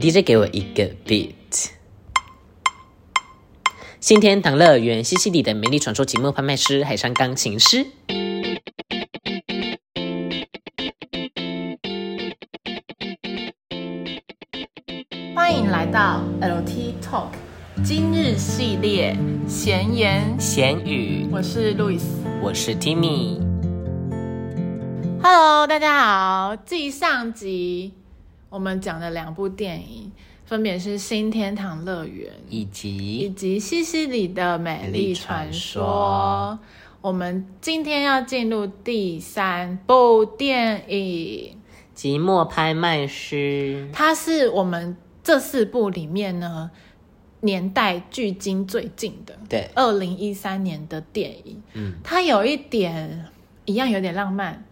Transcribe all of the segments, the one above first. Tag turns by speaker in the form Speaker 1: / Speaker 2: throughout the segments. Speaker 1: DJ 给我一个 beat。新天堂乐园，西西里的美丽传说，寂寞拍卖师，海上钢琴师。
Speaker 2: 欢迎来到 LT Talk 今日系列闲言，
Speaker 1: 咸鱼，
Speaker 2: 我是路易斯。
Speaker 1: 我是 Timmy。
Speaker 2: Hello，大家好。继上集我们讲的两部电影，分别是《新天堂乐园》
Speaker 1: 以
Speaker 2: 以
Speaker 1: 及
Speaker 2: 及《西西里的美丽传
Speaker 1: 美丽
Speaker 2: 说
Speaker 1: 传》。
Speaker 2: 我们今天要进入第三部电影，
Speaker 1: 寂寞拍卖师，
Speaker 2: 它是我们这四部里面呢年代距今最近的。
Speaker 1: 对，
Speaker 2: 二零一三年的电影，
Speaker 1: 嗯，
Speaker 2: 它有一点一样，有点浪漫，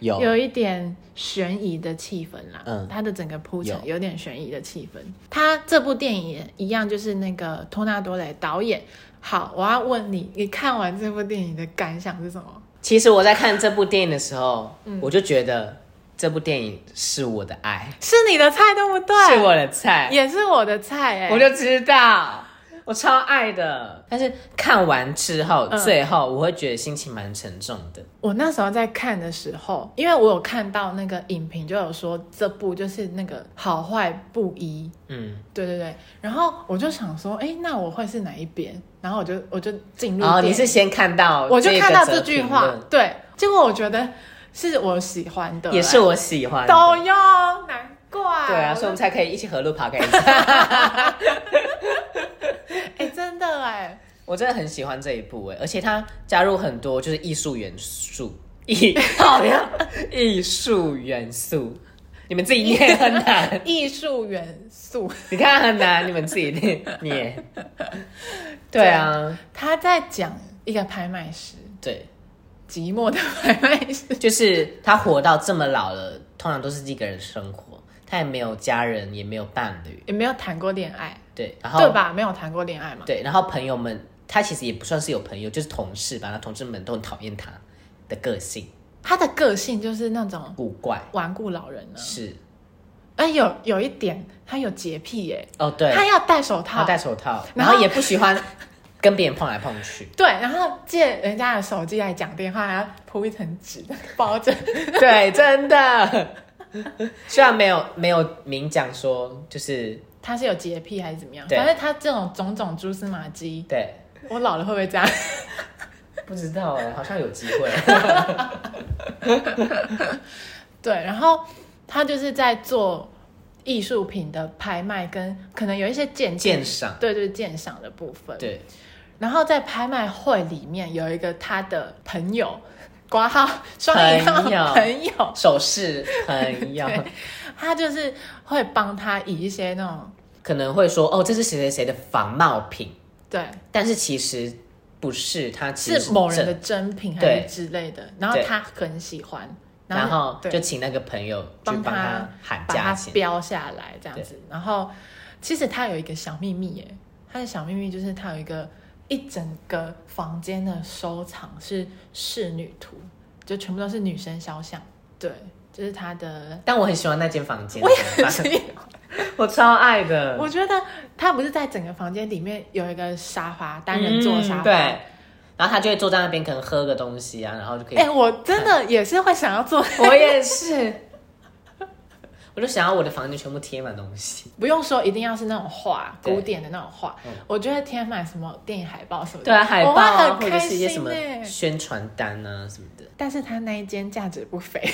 Speaker 1: 有
Speaker 2: 有一点悬疑的气氛啦。
Speaker 1: 哦嗯
Speaker 2: 它的整个铺陈
Speaker 1: 有
Speaker 2: 有点悬疑的气氛。它这部电影也一样，就是那个托纳多雷导演。好，我要问你，你看完这部电影的感想是什么？
Speaker 1: 其实我在看这部电影的时候，
Speaker 2: 嗯
Speaker 1: 我就觉得这部电影是我的爱，
Speaker 2: 是你的菜，对不对？
Speaker 1: 是我的菜，
Speaker 2: 也是我的菜、哎，
Speaker 1: 我就知道，我超爱的。但是看完之后，
Speaker 2: 嗯
Speaker 1: 最后我会觉得心情蛮沉重的。
Speaker 2: 我那时候在看的时候，因为我有看到那个影评，就有说这部就是那个好坏不一，
Speaker 1: 嗯，
Speaker 2: 对对对，然后我就想说，哎，那我会是哪一边？然后我就我就进入电影，
Speaker 1: 然哦后你是先看到，
Speaker 2: 我就看到这句话，，对，结果我觉得是我喜欢的，
Speaker 1: 也是我喜欢的。
Speaker 2: 都用，难怪，
Speaker 1: 对啊，所以我们才可以一起合录 p o d c
Speaker 2: 哎，真的 哎，
Speaker 1: 我真的很喜欢这一部哎，而且它加入很多就是艺术元 素，艺好呀，艺术元素，你们自己念很难，
Speaker 2: 艺术元素，
Speaker 1: 你看很难，你们自己念念。对啊，
Speaker 2: 他在讲一个拍卖师，
Speaker 1: 对，
Speaker 2: 寂寞的 拍卖师，
Speaker 1: 就是他活到这么老了，通常都是一个人生活，他也没有家人，也没有伴侣，
Speaker 2: 也没有谈过恋爱，
Speaker 1: 对，然后
Speaker 2: 对吧？没有谈过恋爱嘛，
Speaker 1: 对，然后朋友们，他其实也不算是有朋友，就是同事吧，那同事们都很讨厌他的个性
Speaker 2: 他的个性就是那种
Speaker 1: 古怪，
Speaker 2: 顽固老人呢、
Speaker 1: 是
Speaker 2: 哎，有有一点，他有洁癖耶，
Speaker 1: 哦，对，
Speaker 2: 他要戴手
Speaker 1: 他
Speaker 2: 套，
Speaker 1: 戴手套，然
Speaker 2: 然后，
Speaker 1: 后也不喜 欢跟别人碰来碰去
Speaker 2: 对，然后借人家的手机来讲电话，还要铺一层纸包着。
Speaker 1: 对，真的。 虽然没有没有明讲说，就是
Speaker 2: 他是有洁癖还是怎么样？
Speaker 1: 对
Speaker 2: 反正他这种种种蛛丝马迹，
Speaker 1: 对，
Speaker 2: 我老了会不会这样？
Speaker 1: 不知道哎，好像有机 会。
Speaker 2: 对，然后他就是在做艺术品的拍卖，跟可能有一些鉴
Speaker 1: 鉴赏
Speaker 2: 对对鉴赏的部分。，
Speaker 1: 对，
Speaker 2: 然后在拍卖会里面有一个他的朋友，挂号双引号
Speaker 1: 朋友
Speaker 2: 朋友，
Speaker 1: 首饰 朋友
Speaker 2: 对他就是会帮他以一些那种
Speaker 1: 可能会说哦，这是谁谁谁的仿冒品，
Speaker 2: 对
Speaker 1: 但是其实不是，它其实
Speaker 2: 是某人的
Speaker 1: 正，
Speaker 2: 真品还
Speaker 1: 对
Speaker 2: 是之类的，然后
Speaker 1: 对
Speaker 2: 他很喜欢，
Speaker 1: 然后
Speaker 2: 对
Speaker 1: 就请那个朋友去
Speaker 2: 帮
Speaker 1: 帮
Speaker 2: 他
Speaker 1: 他喊
Speaker 2: 把
Speaker 1: 价
Speaker 2: 它
Speaker 1: 钱，
Speaker 2: 标下来这样子。然后其实他有一个小秘密耶，他的小秘密就是他有一个一整个房间的收藏是仕女图，就全部都是女生肖像，对，这、是他的。
Speaker 1: 但我很喜欢那间房间，
Speaker 2: 我也
Speaker 1: 怎么
Speaker 2: 很
Speaker 1: 办
Speaker 2: 喜
Speaker 1: 我超爱的，
Speaker 2: 我觉得他不是在整个房间里面有一个沙发，单人座沙发，
Speaker 1: 嗯对，然后他就会坐在那边，可能喝个东西啊，然后就可以。
Speaker 2: 哎、我真的也是会想要做，
Speaker 1: 我也是，我就想要我的房间全部贴满东 西。
Speaker 2: 不用说一定要是那种画，
Speaker 1: 对
Speaker 2: 古典的那种画，
Speaker 1: 嗯
Speaker 2: 我觉得贴满什么电影海报什么的，
Speaker 1: 对啊，海报
Speaker 2: 我
Speaker 1: 啊，
Speaker 2: 会
Speaker 1: 或
Speaker 2: 很
Speaker 1: 者
Speaker 2: 开心
Speaker 1: 是一些什么
Speaker 2: 欸
Speaker 1: 宣传单啊什么的。
Speaker 2: 但是他那一间价值不菲。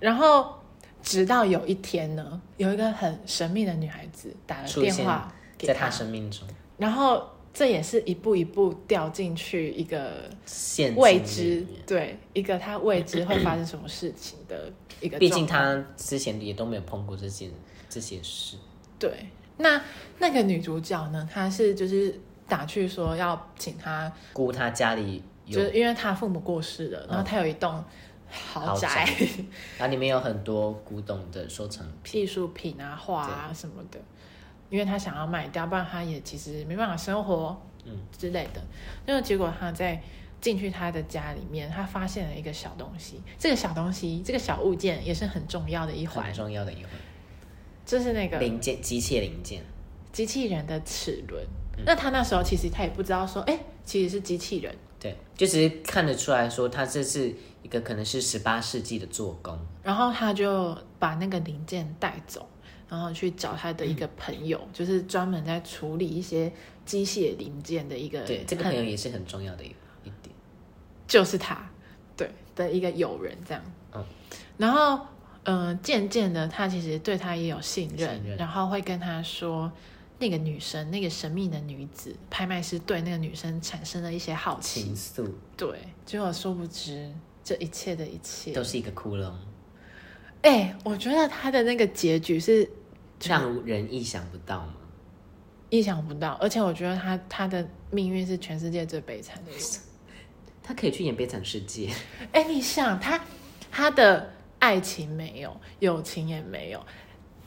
Speaker 2: 然后直到有一天呢，有一个很神秘的女孩子打了
Speaker 1: 出
Speaker 2: 呃电
Speaker 1: 现
Speaker 2: 话给
Speaker 1: 在他生命中，
Speaker 2: 然后这也是一步一步掉进去一个
Speaker 1: 现实
Speaker 2: 未
Speaker 1: 里
Speaker 2: 知
Speaker 1: 面，
Speaker 2: 对一个他未知会发生什么事情的一个状态，
Speaker 1: 毕竟他之前也都没有碰过这件这些事。
Speaker 2: 对，那那个女主角呢，她是就是打去说要请她，
Speaker 1: 估他家里有嗯
Speaker 2: 就，是因为她父母过世了，然后她有一栋豪
Speaker 1: 豪
Speaker 2: 宅，
Speaker 1: 然后里面有很多古董的收藏品。
Speaker 2: 艺术品啊、画啊什么的。因为他想要卖掉，不然他也其实没办法生活，
Speaker 1: 嗯
Speaker 2: 之类的。那个结果他在进去他的家里面，他发现了一个小东西，这个小东西，这个小物件也是很重要的一环
Speaker 1: 很，重要的一环，
Speaker 2: 就是那个
Speaker 1: 零件机械零件，
Speaker 2: 机器人的齿轮。
Speaker 1: 嗯
Speaker 2: 那他那时候其实他也不知道说，哎、其实是机器人。
Speaker 1: 对，就只是看得出来说，它这是一个可能是十八世纪的做工，
Speaker 2: 然后他就把那个零件带走，然后去找他的一个朋友，就是专门在处理一些机械零件的一个，
Speaker 1: 对，这个朋友也是很重要的一一点，
Speaker 2: 就是他，对的一个友人这样。
Speaker 1: 嗯，
Speaker 2: 然后嗯、呃渐渐的他其实对他也有信任，
Speaker 1: 信任
Speaker 2: 然后会跟他说。那个女生，那个神秘的女子，拍卖师对那个女生产生了一些好奇
Speaker 1: 情，愫
Speaker 2: 对，结果殊不知这一切的一切
Speaker 1: 都是一个窟窿，
Speaker 2: 哎、我觉得他的那个结局是
Speaker 1: 让人意想不到嘛。
Speaker 2: 意想不到，而且我觉得他他的命运是全世界最悲惨的一个。
Speaker 1: 他可以去演《悲惨世界》，
Speaker 2: 哎、你想他他的爱情没有，友情也没有，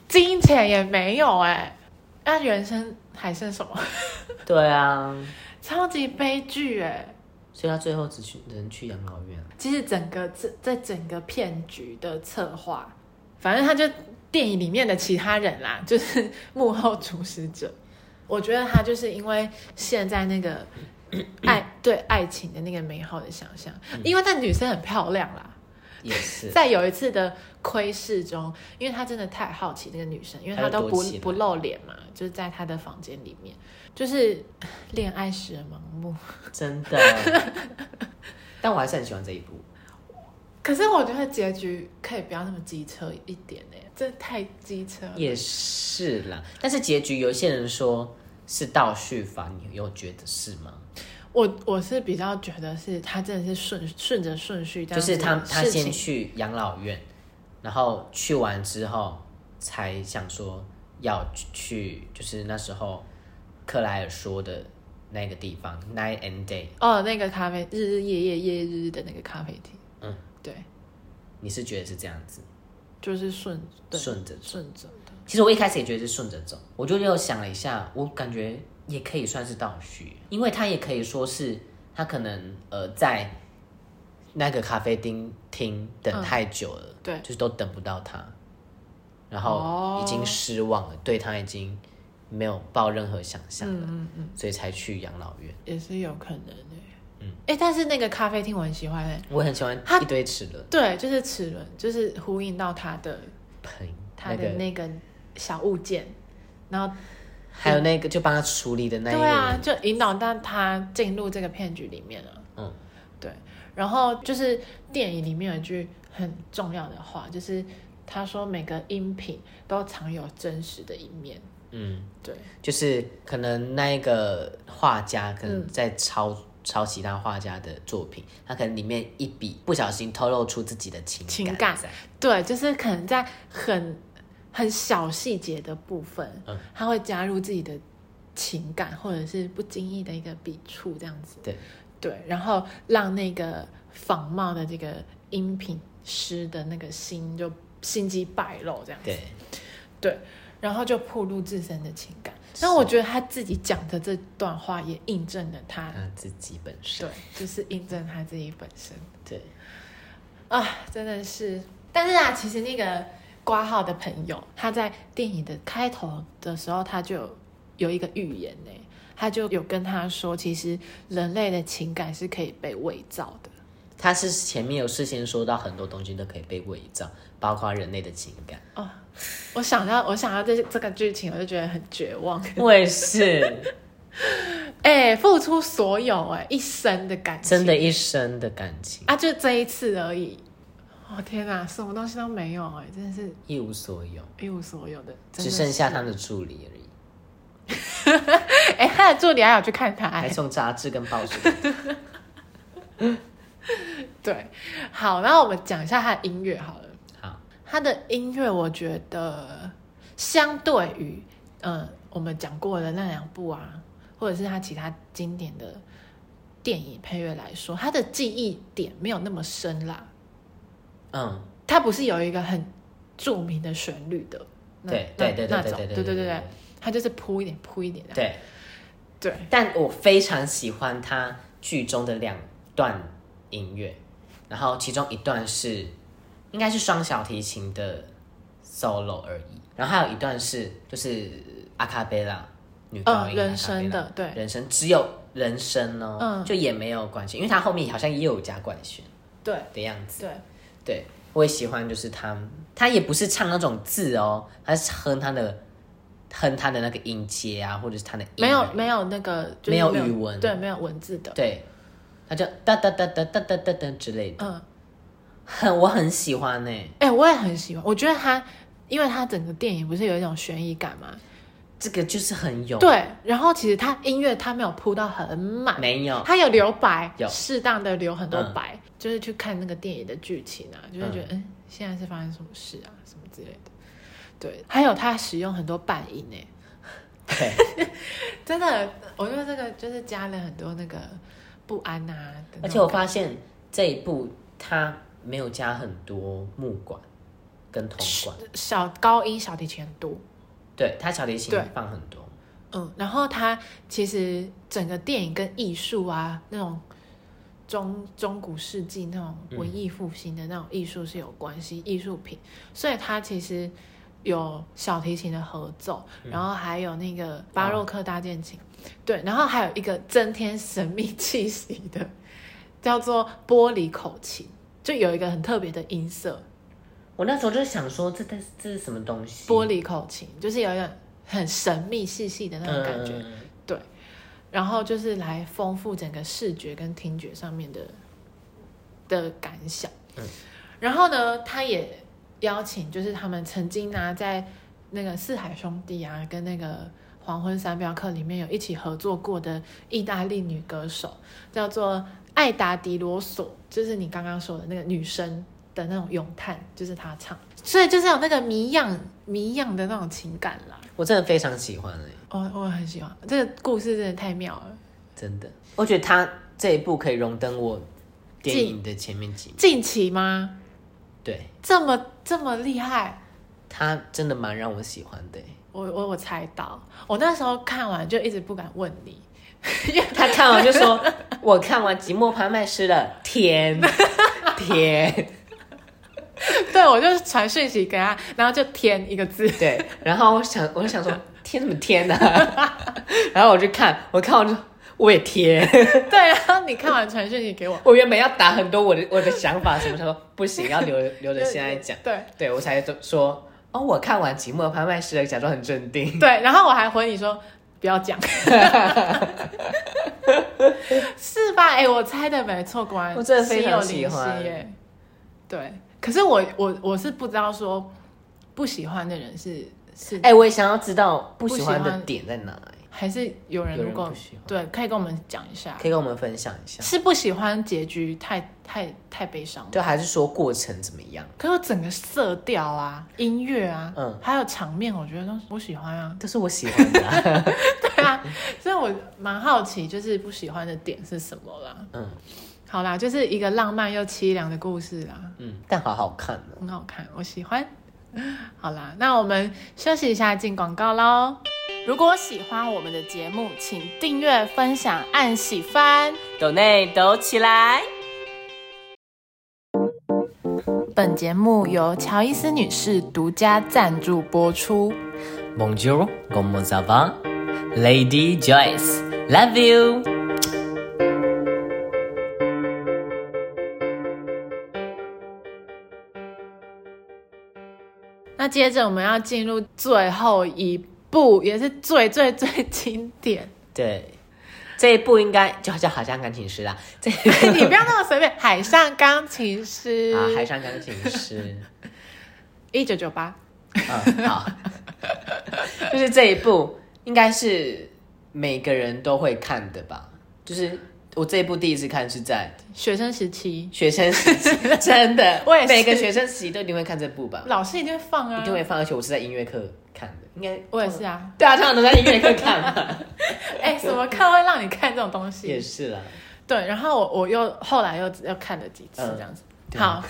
Speaker 2: 金钱也没有、哎，那人生还剩什么？
Speaker 1: 对啊，
Speaker 2: 超级悲剧哎、
Speaker 1: 所以他最后只去只能去养老院啊。
Speaker 2: 其实整个这在整个骗局的策划，反正他就电影里面的其他人啦，就是幕后主使者。我觉得他就是因为陷在那个 爱对爱情的那个美好的想象，因为那女生很漂亮啦。
Speaker 1: 也 是，
Speaker 2: 在有一次的窥视中，因为他真的太好奇那个女生，因为他都
Speaker 1: 他就
Speaker 2: 不
Speaker 1: 躲起来
Speaker 2: 不露脸嘛，就是在他的房间里面，就是恋爱使人盲目。
Speaker 1: 真的。但我还是很喜欢这一部，
Speaker 2: 可是我觉得结局可以不要那么机车一点呢，这太机车了。
Speaker 1: 也是啦。但是结局有些人说是倒叙法，你有觉得是吗？
Speaker 2: 我我是比较觉得是他真的是顺顺着顺序
Speaker 1: 就
Speaker 2: 这样子
Speaker 1: 是
Speaker 2: 的事情，
Speaker 1: 他他先去养老院，然后去完之后才想说要去，就是那时候克莱尔说的那个地方，Night and Day。
Speaker 2: 哦那个咖啡日日夜夜夜日日的那个咖啡厅，
Speaker 1: 嗯，
Speaker 2: 对，
Speaker 1: 你是觉得是这样子，
Speaker 2: 就是顺着
Speaker 1: 顺着走
Speaker 2: 顺着的。
Speaker 1: 其实我一开始也觉得是顺着走，我就又想了一下，我感觉也可以算是倒叙，因为他也可以说是他可能呃在那个咖啡厅厅等太久了，
Speaker 2: 嗯对
Speaker 1: 就是都等不到他，然
Speaker 2: 哦
Speaker 1: 后已经失望了，对他已经没有抱任何想象
Speaker 2: 嗯
Speaker 1: 了，
Speaker 2: 嗯嗯，
Speaker 1: 所以才去养老院。
Speaker 2: 也是有可能的。
Speaker 1: 嗯，
Speaker 2: 哎、但是那个咖啡厅我很喜欢哎、
Speaker 1: 我很喜欢
Speaker 2: 他
Speaker 1: 一堆齿轮
Speaker 2: 对，就是齿轮，就是呼应到他的
Speaker 1: 朋友，
Speaker 2: 他
Speaker 1: 那
Speaker 2: 的
Speaker 1: 个
Speaker 2: 那个小物件，然后
Speaker 1: 还有那个就帮他处理的那一
Speaker 2: 对
Speaker 1: 个人，
Speaker 2: 啊，就引导到他进入这个骗局里面了。
Speaker 1: 嗯，
Speaker 2: 对。然后就是电影里面有一句很重要的话，就是他说每个音频都藏有真实的一面。
Speaker 1: 嗯。
Speaker 2: 对，
Speaker 1: 就是可能那一个画家可能
Speaker 2: 嗯
Speaker 1: 在抄、抄袭他画家的作品，他可能里面一笔不小心透露出自己的情
Speaker 2: 情
Speaker 1: 感
Speaker 2: 感
Speaker 1: 在，
Speaker 2: 对，就是可能在很很小细节的部分，
Speaker 1: 嗯
Speaker 2: 他会加入自己的情感或者是不经意的一个笔触这样子。
Speaker 1: 对，
Speaker 2: 对，然后让那个仿冒的这个音频师的那个心就心机败露这样子，
Speaker 1: 对，
Speaker 2: 对，然后就暴露自身的情感。
Speaker 1: 是
Speaker 2: 但我觉得他自己讲的这段话也印证了他，
Speaker 1: 他自己本身
Speaker 2: 对，就是印证他自己本身
Speaker 1: 对
Speaker 2: 啊，真的是。但是啊，其实那个挂号的朋友，他在电影的开头的时候，他就有有一个预言呢、他就有跟他说，其实人类的情感是可以被伪造的。
Speaker 1: 他是前面有事先说到很多东西都可以被伪造，包括人类的情 感。
Speaker 2: 哦，我想到我想到这这个剧情，我就觉得很绝望。
Speaker 1: 我也是，
Speaker 2: 哎、付出所有、哎，一生的感情，
Speaker 1: 真的一生的感情
Speaker 2: 啊，就这一次而已。哦天哪，什么东西都没有、哎，真的是
Speaker 1: 一无所有，
Speaker 2: 一无所有的，
Speaker 1: 只
Speaker 2: 真的
Speaker 1: 剩下
Speaker 2: 是
Speaker 1: 他的助理而已，
Speaker 2: 哎、他的助理还有去看他、
Speaker 1: 还
Speaker 2: 哎，
Speaker 1: 送杂志跟报纸。
Speaker 2: 对，好，然后我们讲一下他的音乐好了。
Speaker 1: 好，
Speaker 2: 他的音乐，我觉得相对于呃我们讲过的那两部啊，或者是他其他经典的电影配乐来说，他的记忆点没有那么深啦。
Speaker 1: 嗯，
Speaker 2: 它不是有一个很著名的旋律的，那
Speaker 1: 对
Speaker 2: 那
Speaker 1: 对对
Speaker 2: 那
Speaker 1: 对
Speaker 2: 种
Speaker 1: 对
Speaker 2: 对对
Speaker 1: 对
Speaker 2: 对，它就是铺一点铺一点的。
Speaker 1: 对，
Speaker 2: 对，
Speaker 1: 但我非常喜欢他剧中的两段音乐，然后其中一段是应该是双小提琴的 solo 而已，然后还有一段是就是阿卡贝拉女高
Speaker 2: 嗯，
Speaker 1: 音、
Speaker 2: 人生的，对
Speaker 1: 人声只有人声哦，
Speaker 2: 嗯
Speaker 1: 就也没有管弦，因为他后面好像也有加管弦
Speaker 2: 对
Speaker 1: 的样子。
Speaker 2: 对，
Speaker 1: 对，我也喜欢，就是他，他也不是唱那种字哦，他是哼他的，哼他的那个音阶啊，或者是他的音
Speaker 2: 没有
Speaker 1: 而已
Speaker 2: 没有那个就是
Speaker 1: 没有
Speaker 2: 没有
Speaker 1: 语文
Speaker 2: 对，没有文字的，
Speaker 1: 对，他就哒哒哒哒哒哒哒哒之类的，
Speaker 2: 嗯，
Speaker 1: 很 我很喜欢欸呢、
Speaker 2: 哎，我也很喜欢，我觉得它，因为它整个电影不是有一种悬疑感嘛，
Speaker 1: 这个就是很有
Speaker 2: 对，然后其实它音乐它没有铺到很满，
Speaker 1: 没有
Speaker 2: 它有留白，
Speaker 1: 啊有
Speaker 2: 适当的留很多
Speaker 1: 嗯
Speaker 2: 白，就是去看那个电影的剧情啊，就会觉得嗯现在是发生什么事啊，什么之类的。对，还有它使用很多半音诶，
Speaker 1: 对，
Speaker 2: 真的，我觉得这个就是加了很多那个不安呐、啊的那种感 觉。
Speaker 1: 而且我发现这一部他没有加很多木管跟铜管，
Speaker 2: 小高音小提琴很多，
Speaker 1: 对他小提琴
Speaker 2: 对
Speaker 1: 放很多，
Speaker 2: 嗯，然后它其实整个电影跟艺术啊那种中中古世纪那种
Speaker 1: 嗯
Speaker 2: 文艺复兴的那种艺术是有关系，艺术品，所以它其实有小提琴的合奏，
Speaker 1: 嗯
Speaker 2: 然后还有那
Speaker 1: 啊
Speaker 2: 个巴洛克大键琴，对，然后还有一个增添神秘气息的叫做玻璃口琴，就有一个很特别的音色，
Speaker 1: 我那时候就想说这这这是什么东西，
Speaker 2: 玻璃口琴就是有一个很神秘细细的那种感觉。
Speaker 1: 嗯
Speaker 2: 然后就是来丰富整个视觉跟听觉上面的的感想。
Speaker 1: 嗯
Speaker 2: 然后呢，他也邀请，就是他们曾经呢、在那个四海兄弟啊，跟那个黄昏三镖客里面有一起合作过的意大利女歌手，叫做艾达迪罗索，就是你刚刚说的那个女生。的那种咏叹，就是她唱，所以就是有那个谜样谜样的那种情感啦。
Speaker 1: 我真的非常喜欢哎、
Speaker 2: 我、哦我很喜欢这个故事，真的太妙了。
Speaker 1: 真的，我觉得他这一部可以荣登我电影的前面几名。
Speaker 2: 近期吗？
Speaker 1: 对
Speaker 2: 这么这么厉害，
Speaker 1: 他真的蛮让我喜欢的欸。
Speaker 2: 我我我猜到，我那时候看完就一直不敢问你，
Speaker 1: 他看完就说：“我看完《寂寞拍卖师》了，天 天。
Speaker 2: 对我就传讯息给他，然后就填一个字”，
Speaker 1: 对，然后我想，我就想说：“天什么天呢、啊？” 然后我就看，我看完就我也天。
Speaker 2: 对，然后你看完传讯息给我，
Speaker 1: 我原本要打很多我的我的想法什么，他说不行，要留留着现在讲。
Speaker 2: 对
Speaker 1: 对我才说哦，我看完《寂寞拍卖师》了，假装很镇定。
Speaker 2: 对，然后我还回你说不要讲， 是吧？哎、我猜的没错，果然
Speaker 1: 我真的非常喜
Speaker 2: 心有
Speaker 1: 欢
Speaker 2: 灵犀耶。对，可是我我我是不知道说不喜欢的人是是
Speaker 1: 哎、我也想要知道不喜欢
Speaker 2: 不喜
Speaker 1: 的
Speaker 2: 欢
Speaker 1: 点在哪、
Speaker 2: 还是有人
Speaker 1: 有
Speaker 2: 如
Speaker 1: 人
Speaker 2: 果
Speaker 1: 不喜欢
Speaker 2: 对，可以跟我们讲一下。
Speaker 1: 可以跟我们分享一下。
Speaker 2: 是不喜欢结局太太太悲伤吗？
Speaker 1: 对，还是说过程怎么样？
Speaker 2: 可是整个色调啊、音乐啊，
Speaker 1: 嗯。
Speaker 2: 还有场面，我觉得都我喜欢啊
Speaker 1: 这是我喜欢的、啊。
Speaker 2: 对啊，所以我蛮好奇，就是不喜欢的点是什么啦。
Speaker 1: 嗯
Speaker 2: 好啦，就是一个浪漫又凄凉的故事啦，
Speaker 1: 嗯，但好好看呢、
Speaker 2: 很好看，我喜欢。 好啦，那我们休息一下，进广告喽。如果喜欢我们的节目，请订阅、分享、按喜欢。
Speaker 1: 抖内抖起来。
Speaker 2: 本节目由乔伊斯女士独家赞助播出。
Speaker 1: Bonjour, comment ça va, Lady Joyce? Love you.
Speaker 2: 那接着我们要进入最后一步，也是最最最经典。
Speaker 1: 对，这一部应该就叫《海上钢琴师》啦。这
Speaker 2: 哎你不要那么随便，《海上钢琴师
Speaker 1: 啊，《海》上钢琴 师》
Speaker 2: 一九九八，
Speaker 1: 嗯，好，就是这一部应该是每个人都会看的吧？就是我这一部第一次看是在
Speaker 2: 学生时期，
Speaker 1: 学生时期，真 的，
Speaker 2: 我也是
Speaker 1: 每个学生时期都一定会看这部吧，
Speaker 2: 老师一定会放啊，
Speaker 1: 一定会放，而且我是在音乐课看的，应该
Speaker 2: 我也是啊。
Speaker 1: 对啊，通常都在音乐课看嘛，
Speaker 2: 哎、什么课会让你看这种东
Speaker 1: 也
Speaker 2: 西？
Speaker 1: 是啦，
Speaker 2: 对，然后我我又后来又又看了几次
Speaker 1: 嗯
Speaker 2: 这样子。
Speaker 1: 对
Speaker 2: 好，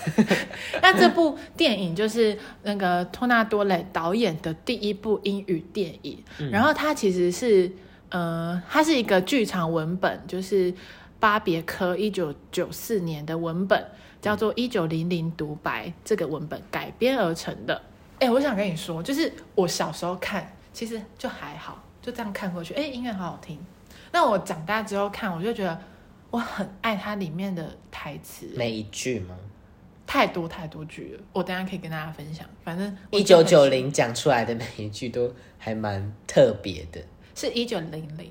Speaker 2: 那这部电影就是那个托纳多雷导演的第一部英语电影，然后它其实是，呃，它是一个剧场文本，就是巴别科一九九四年的文本，叫做《一九零零独白》这个文本改编而成的。哎、我想跟你说，就是我小时候看，其实就还好，就这样看过去，哎、音乐好好听。那我长大之后看，我就觉得我很爱它里面的台词，
Speaker 1: 每一句吗？
Speaker 2: 太多太多句了，我等一下可以跟大家分享。反正
Speaker 1: 一九九零讲出来的每一句都还蛮特别的。
Speaker 2: 是一九零零，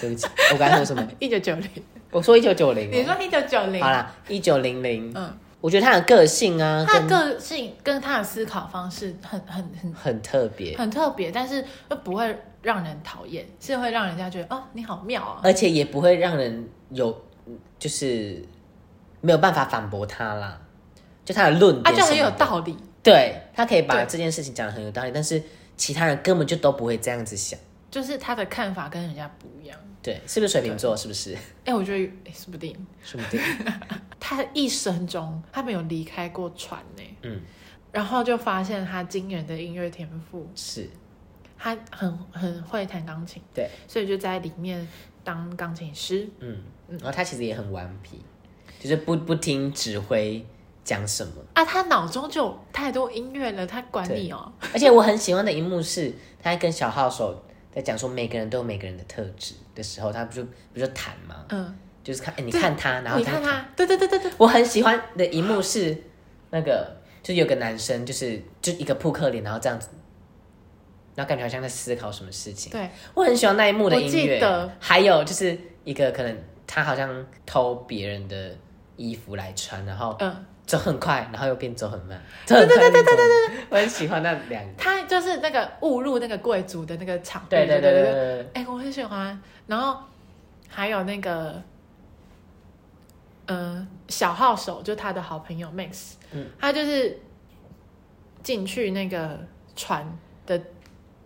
Speaker 1: 对不起，我刚才说 什么？
Speaker 2: 一九九零，
Speaker 1: 我说一九九零。哦
Speaker 2: 你说一九九零
Speaker 1: 好，啦，一九零零。
Speaker 2: 嗯，
Speaker 1: 我觉得他的个性啊，
Speaker 2: 他的
Speaker 1: 跟
Speaker 2: 个性跟他的思考方式很很很
Speaker 1: 很特别，
Speaker 2: 很特别，但是又不会让人讨厌，是会让人家觉得哦你好妙啊，
Speaker 1: 而且也不会让人有就是没有办法反驳他啦。就他的论
Speaker 2: 啊
Speaker 1: 点
Speaker 2: 就
Speaker 1: 什么的，
Speaker 2: 很有道理，
Speaker 1: 对他可以把
Speaker 2: 对
Speaker 1: 这件事情讲得很有道理，但是其他人根本就都不会这样子想。
Speaker 2: 就是他的看法跟人家不一样。
Speaker 1: 对，是不是水瓶座？是不是？
Speaker 2: 哎、我觉得、哎说不定
Speaker 1: 说不定。
Speaker 2: 他一生中他没有离开过船呢、
Speaker 1: 嗯，
Speaker 2: 然后就发现他惊人的音乐天赋，
Speaker 1: 是，
Speaker 2: 他很很会弹钢琴，
Speaker 1: 对，
Speaker 2: 所以就在里面当钢琴师。
Speaker 1: 嗯。然后他其实也很顽皮，就是不不听指挥讲什么。
Speaker 2: 啊，他脑中就有太多音乐了，他管你哦、
Speaker 1: 而且我很喜欢的一幕是，他在跟小号手在讲说每个人都有每个人的特质的时候，他不就不就弹吗？
Speaker 2: 嗯，
Speaker 1: 就是看，哎，你
Speaker 2: 对
Speaker 1: 看他，然后
Speaker 2: 你看
Speaker 1: 弹
Speaker 2: 他，对对对对对，
Speaker 1: 我很喜欢的一幕是那个，就有个男生，就是就一个扑克脸，然后这样子，然后感觉好像在思考什么事情。
Speaker 2: 对，
Speaker 1: 我很喜欢那一幕的音
Speaker 2: 我记
Speaker 1: 乐
Speaker 2: 得，
Speaker 1: 还有就是一个可能他好像偷别人的衣服来穿，然后
Speaker 2: 嗯，
Speaker 1: 走很快，然后又变走很慢，走很快对对对对对对，我很喜欢那两个，
Speaker 2: 他就是那个误入那个贵族的那个场域，
Speaker 1: 对对
Speaker 2: 对
Speaker 1: 对对对对。
Speaker 2: 哎、我很喜欢。然后还有那个，嗯、小号手就他的好朋友 Max，
Speaker 1: 嗯
Speaker 2: 他就是进去那个船的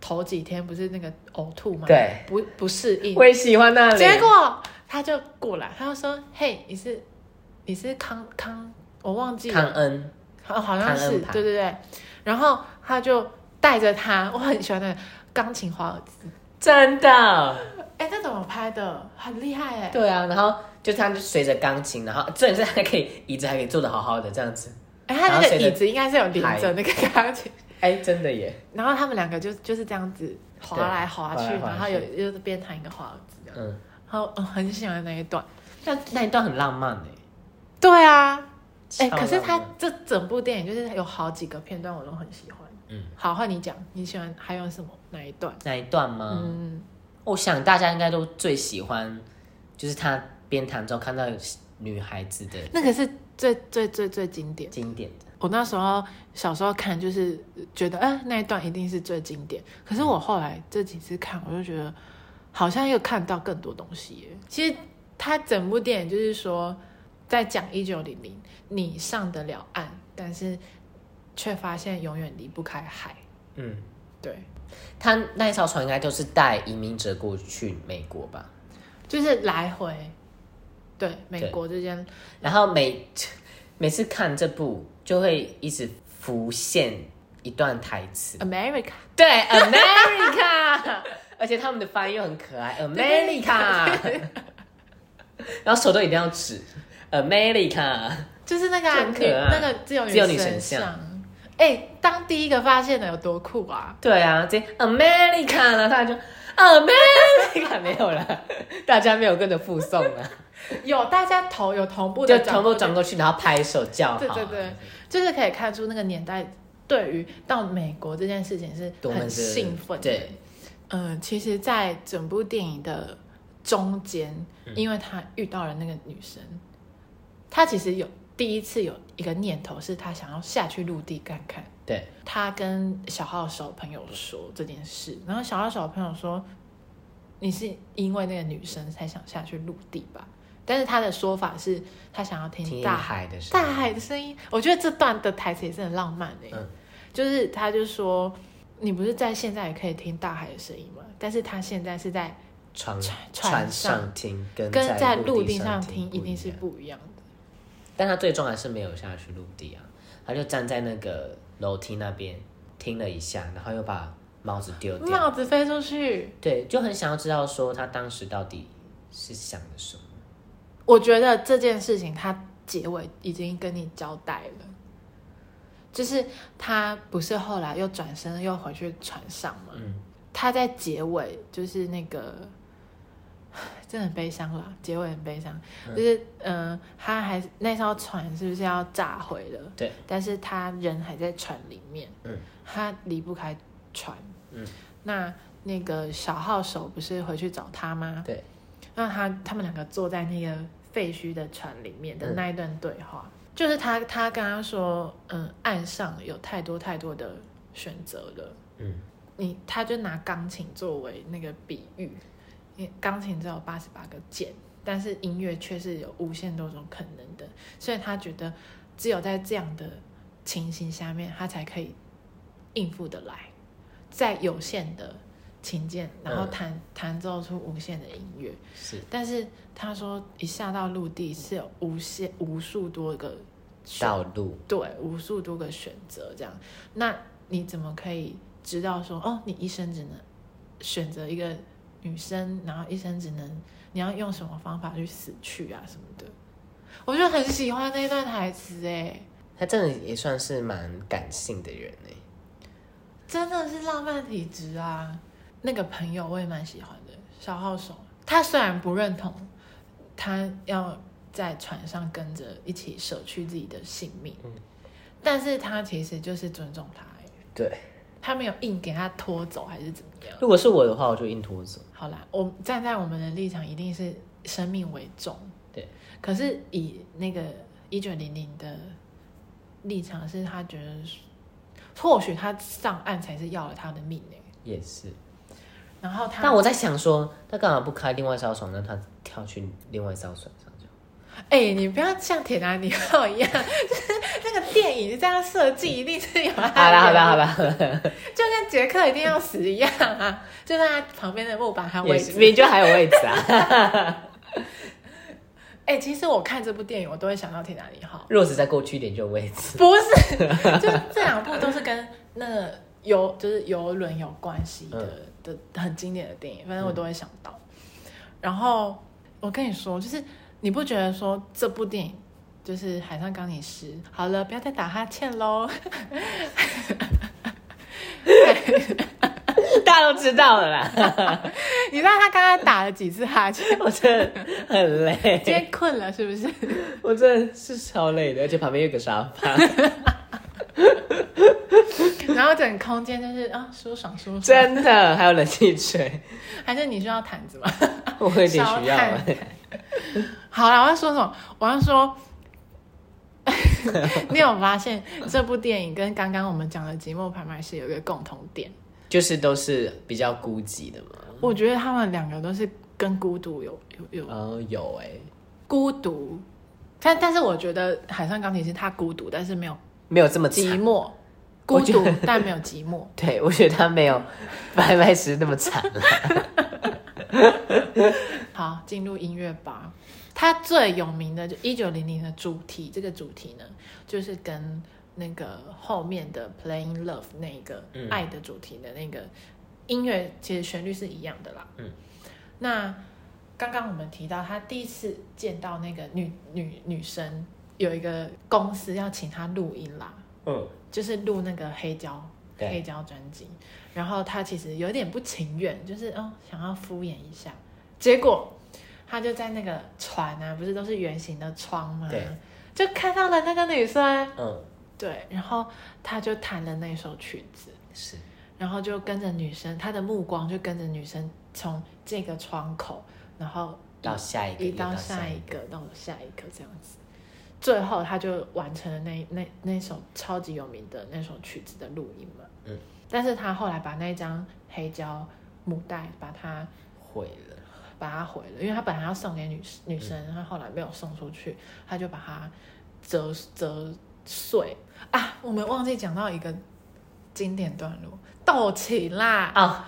Speaker 2: 头几天，不是那个呕吐吗？，
Speaker 1: 对，
Speaker 2: 不不适应
Speaker 1: 我，也喜欢那里。
Speaker 2: 结果他就过来，他就说：“嘿，你是你是康康，我忘记
Speaker 1: 康
Speaker 2: 了，
Speaker 1: 恩，
Speaker 2: 好好像
Speaker 1: 康
Speaker 2: 是
Speaker 1: 恩牌
Speaker 2: 对对对。”然后他就带着他，我很喜欢那个钢琴华尔兹，
Speaker 1: 真的，
Speaker 2: 哎，那怎么拍的？很厉害哎！
Speaker 1: 对啊，然后就他就随着钢琴，然后重点是他还可以椅子还可以坐的好好的这样子，
Speaker 2: 哎，他
Speaker 1: 然后
Speaker 2: 那个
Speaker 1: 谁的
Speaker 2: 椅子应该是有连着那个 钢琴，
Speaker 1: 哎，真的耶，
Speaker 2: 然后他们两个就就是这样子滑来滑去
Speaker 1: 对，啊滑来滑去
Speaker 2: 然后有就是边弹一个华尔兹这样，
Speaker 1: 嗯，
Speaker 2: 然后嗯很喜欢那一段。
Speaker 1: 那那一段很浪漫哎，
Speaker 2: 对啊，哎，
Speaker 1: 超
Speaker 2: 可是
Speaker 1: 浪
Speaker 2: 他
Speaker 1: 漫
Speaker 2: 这整部电影就是有好几个片段我都很喜欢。
Speaker 1: 嗯，
Speaker 2: 好，换你讲，你喜欢还有什么哪一段？
Speaker 1: 那一段吗？
Speaker 2: 嗯，
Speaker 1: 我想大家应该都最喜欢，就是他边弹之后看到女孩子的
Speaker 2: 那个是最最最最经典。
Speaker 1: 经典的，
Speaker 2: 我那时候小时候看，就是觉得，哎、那一段一定是最经典。可是我后来这几次看，我就觉得好像又看到更多东西耶。其实他整部电影就是说，在讲一九零零，你上得了岸，但是却发现永远离不开海。
Speaker 1: 嗯，
Speaker 2: 对，
Speaker 1: 他那一艘船应该都是带移民者过去美国吧，
Speaker 2: 就是来回，对美国之间，
Speaker 1: 然后每每次看这部就会一直浮现一段台词，
Speaker 2: America
Speaker 1: 对，America，而 且他们的发音又很可爱，America，然后手都一定要指 America，
Speaker 2: 就是那个、啊、
Speaker 1: 这很可
Speaker 2: 女
Speaker 1: 爱
Speaker 2: 那个自由
Speaker 1: 自由女
Speaker 2: 女
Speaker 1: 神像
Speaker 2: 像。哎、当第一个发现的有多酷啊！
Speaker 1: 对啊，这 America 呢，大家就 America 没有 了，大家没有跟着附送了，
Speaker 2: 有大家头有同步
Speaker 1: 就哦
Speaker 2: 的
Speaker 1: 全部转过去，然后拍手叫好，
Speaker 2: 对对对，就是可以看出那个年代对于到美国这件事情是
Speaker 1: 多么的
Speaker 2: 很兴奋。
Speaker 1: 对，
Speaker 2: 嗯，其实，在整部电影的中间，
Speaker 1: 嗯
Speaker 2: 因为他遇到了那个女生，他其实有第一次有一个念头是他想要下去陆地看看。
Speaker 1: 对，
Speaker 2: 他跟小号手朋友说这件事，然后小号手朋友说：“你是因为那个女生才想下去陆地吧？”但是他的说法是，他想要
Speaker 1: 听
Speaker 2: 听
Speaker 1: 大
Speaker 2: 大
Speaker 1: 海的声音，
Speaker 2: 大海的声音。我觉得这段的台词也是很浪漫诶、
Speaker 1: 嗯
Speaker 2: 就是他就说：“你不是在现在也可以听大海的声音吗？”但是他现在是在
Speaker 1: 船
Speaker 2: 船船
Speaker 1: 船
Speaker 2: 上
Speaker 1: 上听跟
Speaker 2: 跟在
Speaker 1: 陆
Speaker 2: 陆地上
Speaker 1: 听
Speaker 2: 听一定是
Speaker 1: 样
Speaker 2: 不一样的。
Speaker 1: 但他最终还是没有下去陆地啊，他就站在那个楼梯那边听了一下，然后又把帽子丢掉，
Speaker 2: 帽子飞出去。
Speaker 1: 对，就很想要知道说他当时到底是想的什么。
Speaker 2: 我觉得这件事情他结尾已经跟你交代了，就是他不是后来又转身又回去船上吗？
Speaker 1: 嗯，
Speaker 2: 他在结尾就是那个， 真的很悲伤啦，结尾很悲伤，
Speaker 1: 嗯
Speaker 2: 就是嗯、呃他还那艘船是不是要炸毁了？
Speaker 1: 对，
Speaker 2: 但是他人还在船里面，
Speaker 1: 嗯，
Speaker 2: 他离不开船，
Speaker 1: 嗯，
Speaker 2: 那那个小号手不是回去找他吗？
Speaker 1: 对，
Speaker 2: 那他他们两个坐在那个废墟的船里面的那一段对话，就是他他跟他说，嗯，岸上有太多太多的选择了。
Speaker 1: 嗯，
Speaker 2: 你他就拿钢琴作为那个比喻，因为钢琴只有八十八个键，但是音乐却是有无限多种可能的，所以他觉得只有在这样的情形下面，他才可以应付得来，在有限的琴键，然后
Speaker 1: 嗯
Speaker 2: 弹弹奏出无限的音乐。
Speaker 1: 是，
Speaker 2: 但是他说，一下到陆地是有无限无数多个选
Speaker 1: 道路，
Speaker 2: 对无数多个选择这样，那你怎么可以知道说哦，你一生只能选择一个女生，然后一生只能你要用什么方法去死去啊什么的？我就很喜欢那段台词哎，
Speaker 1: 他真的也算是蛮感性的人欸呢、
Speaker 2: 真的是浪漫体质啊！那个朋友我也蛮喜欢的，小号手，他虽然不认同他要在船上跟着一起舍去自己的性命，
Speaker 1: 嗯
Speaker 2: 但是他其实就是尊重他欸
Speaker 1: 对，
Speaker 2: 他没有硬给他拖走还是怎么样？
Speaker 1: 如果是我的话，我就硬拖走。
Speaker 2: 好啦，我站在我们的立场，一定是生命为重。
Speaker 1: 对，
Speaker 2: 可是以那个一九零零的立场，是他觉得是或许他上岸才是要了他的命呢、
Speaker 1: 也是，
Speaker 2: 然后他，
Speaker 1: 但我在想说，他干嘛不开另外一艘船，让他跳去另外一艘船上就好？
Speaker 2: 哎、你不要像铁达尼号一样， 就是那个电影是这样设计，一定是有他的
Speaker 1: 好啦，好啦，好
Speaker 2: 原因，
Speaker 1: 啦，
Speaker 2: 就跟杰克一定要死一样啊，就在他旁边的木板还有
Speaker 1: 也
Speaker 2: 位
Speaker 1: 是
Speaker 2: 置。
Speaker 1: 明就还有位置啊。
Speaker 2: 哎、其实我看这部电影，我都会想到铁达尼号。
Speaker 1: 若是再过去一点就有位置。
Speaker 2: 不是，就是这两部都是跟那个游就是游轮有关系的、
Speaker 1: 嗯
Speaker 2: 的很经典的电影，反正我都会想到。然后我跟你说，就是你不觉得说这部电影就是《海上钢琴师》？好了，不要再打哈欠喽。
Speaker 1: 大家都知道了啦，
Speaker 2: 你知道他刚刚打了几次哈欠？
Speaker 1: 我真的很
Speaker 2: 今
Speaker 1: 累，
Speaker 2: 天困了是不是？
Speaker 1: 我真的是超累的，而且旁边有个沙发，
Speaker 2: 然后整个空间就是啊，舒爽舒 爽。
Speaker 1: 真的还有冷气吹，
Speaker 2: 还是你需要毯子吗？
Speaker 1: 我有点需
Speaker 2: 小
Speaker 1: 要欸
Speaker 2: 毯子。好啦，我要说什么？我要说， 你有发现这部电影跟刚刚我们讲的《寂寞拍卖师》有一个共同点？
Speaker 1: 就是都是比较孤寂的嘛。
Speaker 2: 我觉得他们两个都是跟孤独有有有
Speaker 1: 哦，有哎、
Speaker 2: 孤独，但但是我觉得《海上钢琴师》他孤独，但是没有
Speaker 1: 没有这么
Speaker 2: 寂
Speaker 1: 惨。
Speaker 2: 寞，
Speaker 1: 我
Speaker 2: 孤
Speaker 1: 觉
Speaker 2: 独
Speaker 1: 得
Speaker 2: 但没有寂寞。
Speaker 1: 对，我觉得他没有 白白石那么惨了。
Speaker 2: 好，进入音乐吧。它最有名的就一九零零的主题，这个主题呢，就是跟那个后面的《Playing Love》那个
Speaker 1: 嗯
Speaker 2: 爱的主题的那个音乐，其实旋律是一样的啦。
Speaker 1: 嗯，
Speaker 2: 那刚刚我们提到，他第一次见到那个女女女生，有一个公司要请他录音啦，
Speaker 1: 嗯，
Speaker 2: 就是录那个黑胶
Speaker 1: 对
Speaker 2: 黑胶专辑，然后他其实有点不情愿，就是哦想要敷衍一下，结果他就在那个船啊，不是都是圆形的窗吗？
Speaker 1: 对，
Speaker 2: 就看到了那个女生，
Speaker 1: 嗯，
Speaker 2: 对，然后他就弹了那首曲子，
Speaker 1: 是，
Speaker 2: 然后就跟着女生，他的目光就跟着女生从这个窗口，然后
Speaker 1: 到下一个，
Speaker 2: 一
Speaker 1: 又
Speaker 2: 到
Speaker 1: 到
Speaker 2: 下一
Speaker 1: 一
Speaker 2: 个，到下一个这样子。最后，他就完成了那那那首超级有名的那首曲子的录音嘛。
Speaker 1: 嗯。
Speaker 2: 但是他后来把那张黑胶母带把它
Speaker 1: 毁了。
Speaker 2: 把它毁了，因为他本来要送给女女生，他后来没有送出去，他就把它折折碎啊。我们忘记讲到一个经典段落，斗起啦，
Speaker 1: 哦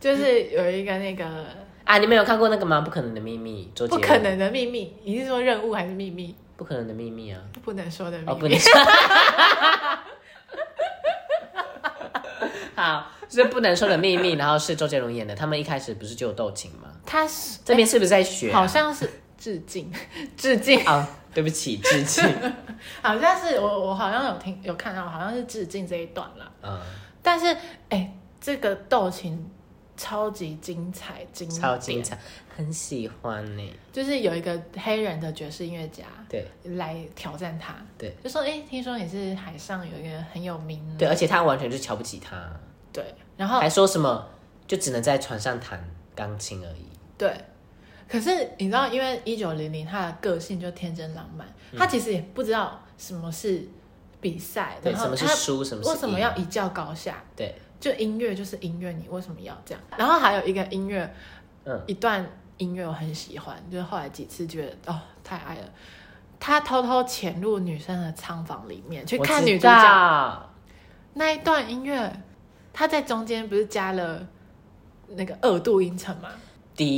Speaker 2: 就是有一个那个
Speaker 1: 啊！你们有看过那个吗？不可能的秘密，周杰
Speaker 2: 不
Speaker 1: 伦
Speaker 2: 可能的秘密，你是说任务还是秘密？
Speaker 1: 不可能的秘密啊！
Speaker 2: 不能说的秘密。
Speaker 1: 哦，不能说。 好，就是不能说的秘密，然后是周杰伦演的。他们一开始不是就有斗琴吗？
Speaker 2: 他是
Speaker 1: 这边是不是在学、
Speaker 2: 好像是致敬， 致敬，
Speaker 1: 啊、哦，对不起，致 敬。
Speaker 2: 好像是我我好像有听有看到，好像是致敬这一段啦。
Speaker 1: 嗯，
Speaker 2: 但是哎、这个斗琴超级精彩，精
Speaker 1: 超
Speaker 2: 典
Speaker 1: 精，彩，很喜欢呢。
Speaker 2: 就是有一个黑人的爵士音乐家
Speaker 1: 对
Speaker 2: 来挑战他，
Speaker 1: 对，
Speaker 2: 就说哎、听说你是海上有一个很有名
Speaker 1: 对，
Speaker 2: 的
Speaker 1: 而且他完全就瞧不起他，
Speaker 2: 对，然后
Speaker 1: 还说什么就只能在船上弹钢琴而已。
Speaker 2: 对，可是你知道，因为一九零零他的个性就天真浪漫，他
Speaker 1: 嗯
Speaker 2: 其实也不知道什么是比赛，
Speaker 1: 对，
Speaker 2: 然
Speaker 1: 什
Speaker 2: 后
Speaker 1: 么是
Speaker 2: 他
Speaker 1: 输，什么是
Speaker 2: 为什么
Speaker 1: 赢
Speaker 2: 要一较高下？
Speaker 1: 对，
Speaker 2: 就音乐就是音乐，你为什么要这样？然后还有一个音乐，
Speaker 1: 嗯，
Speaker 2: 一段音乐我很喜欢，就是后来几次觉得哦太爱了。他偷偷潜入女生的仓房里面去
Speaker 1: 我
Speaker 2: 看
Speaker 1: 知
Speaker 2: 女主角
Speaker 1: 道，
Speaker 2: 那一段音乐，他在中间不是加了那个二度音程吗？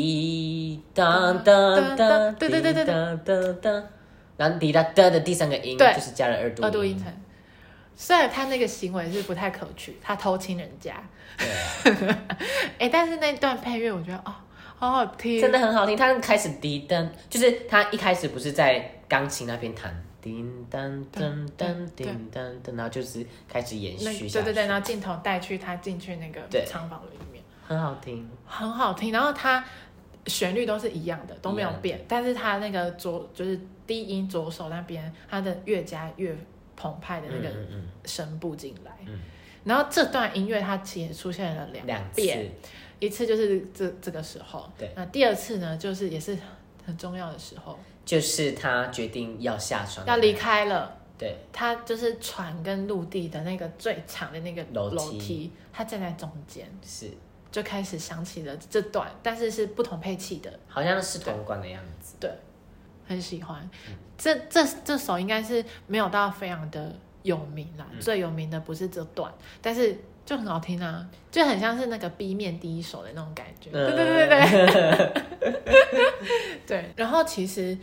Speaker 1: 滴当当当，
Speaker 2: 对对对对对
Speaker 1: 当当当，然后滴答的的第三个音
Speaker 2: 对
Speaker 1: 就是加了二度
Speaker 2: 二度音程。虽然他那个行为是不太可取，他偷亲人家，
Speaker 1: 对啊
Speaker 2: 哎、但是那段配乐我觉得哦，好好听，
Speaker 1: 真的很好听。他开始滴噔，就是他一开始不是在钢琴那边弹，叮当噔噔叮当噔，然后就是开始延
Speaker 2: 那
Speaker 1: 续下
Speaker 2: 对
Speaker 1: 去，
Speaker 2: 对对，然后镜头带去他进去那个
Speaker 1: 对
Speaker 2: 仓房里面，
Speaker 1: 很好听。
Speaker 2: 很好听。然后他旋律都是一样的，都没有
Speaker 1: 一样的
Speaker 2: 变，但是他那个左就是低音左手那边，他的越加越澎湃的那个
Speaker 1: 嗯嗯
Speaker 2: 声部进来。
Speaker 1: 嗯
Speaker 2: 然后这段音乐它其实出现了两
Speaker 1: 嗯，两次
Speaker 2: 遍，一次就是这这个时候，
Speaker 1: 对
Speaker 2: 那第二次呢，就是也是很重要的时候，
Speaker 1: 就是他决定要下船，
Speaker 2: 要离。开了。
Speaker 1: 对，
Speaker 2: 他就是船跟陆地的那个最长的那个
Speaker 1: 楼梯
Speaker 2: 楼梯，他站在中间，
Speaker 1: 是
Speaker 2: 就开始想起了这段，但是是不同配器的，
Speaker 1: 好像是同关的样子。
Speaker 2: 很喜欢。这这这首应该是没有到非常的有名啦，最有名的不是这段，但是就很好听啊，就很像是那个 B 面第一首的那种感觉。对对对对对。对， 然后其实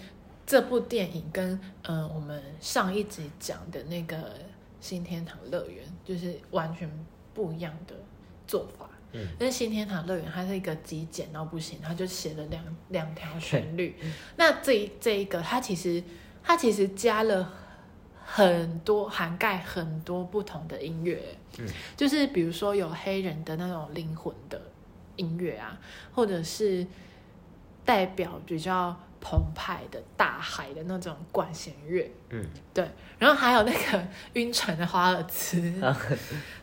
Speaker 2: 这部电影跟呃我们上一集讲的那个《新天堂乐园》就是完全不一样的做法。
Speaker 1: 嗯
Speaker 2: 因为《新天堂乐园》它是一个极简到不行，它就写了两两条旋律。那这一这一个，它其实它其实加了很多涵盖很多不同的音乐，
Speaker 1: 嗯，
Speaker 2: 就是比如说有黑人的那种灵魂的音乐啊，或者是代表比较澎湃的大海的那种管弦乐，
Speaker 1: 嗯，
Speaker 2: 对，然后还有那个晕船的华尔兹，
Speaker 1: 啊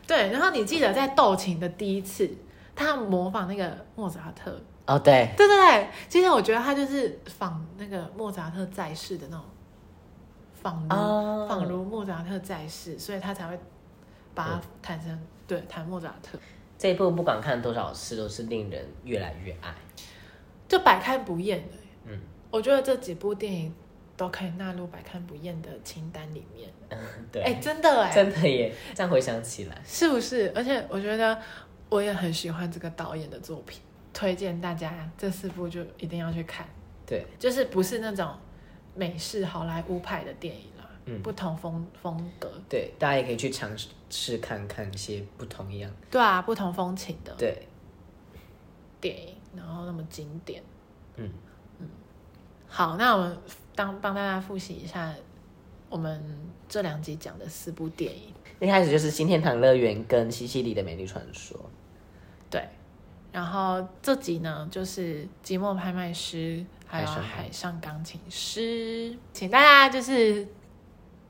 Speaker 2: 对，然后你记得在斗琴的第一次，他模仿那个莫扎特，
Speaker 1: 哦，对，
Speaker 2: 对对对，其实我觉得他就是仿那个莫扎特在世的那种，仿如、
Speaker 1: 哦
Speaker 2: 仿如莫扎特在世，所以他才会把它弹成、对弹莫扎特，
Speaker 1: 这一部不管看多少次，都是令人越来越爱。
Speaker 2: 就百看不厌的。
Speaker 1: 嗯，
Speaker 2: 我觉得这几部电影都可以纳入百看不厌的清单里面。
Speaker 1: 对，
Speaker 2: 哎、真的哎、
Speaker 1: 真的耶，这样回想起来，
Speaker 2: 是不是？而且我觉得我也很喜欢这个导演的作品，推荐大家这四部就一定要去看。
Speaker 1: 对，
Speaker 2: 就是不是那种美式好莱坞派的电影啦，
Speaker 1: 嗯
Speaker 2: 不同风风格，
Speaker 1: 对，大家也可以去尝试试看看一些不同一样。
Speaker 2: 对啊，不同风情的
Speaker 1: 对，
Speaker 2: 电影，然后那么经典。
Speaker 1: 嗯
Speaker 2: 好，那我们当帮大家复习一下我们这两集讲的四部电影，
Speaker 1: 一开始就是新天堂乐园跟西西里的美丽传说。
Speaker 2: 对。然后这集呢，就是寂寞拍卖师，还有
Speaker 1: 海上
Speaker 2: 海上钢琴师，请大家就是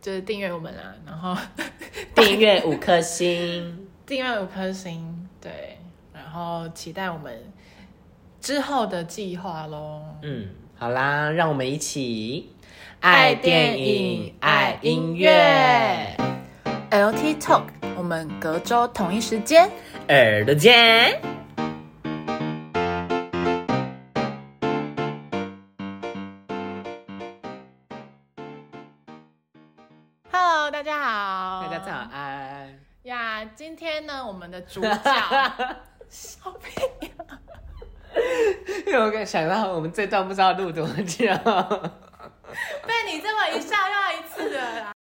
Speaker 2: 就是订阅我们啦，然后
Speaker 1: 订阅五颗星，
Speaker 2: 订阅五颗星，对，然后期待我们之后的计划喽。
Speaker 1: 嗯，好啦，让我们一起
Speaker 2: 爱电影爱音乐 LT Talk，我们隔周同一时间
Speaker 1: 耳朵见。
Speaker 2: ，Hello，大家好，
Speaker 1: 大家早安，
Speaker 2: 呀。今天呢，我们的主角 小屁，
Speaker 1: 因为我刚想到我们这段不知道录多久，
Speaker 2: 被你这么一下又要一次了啦。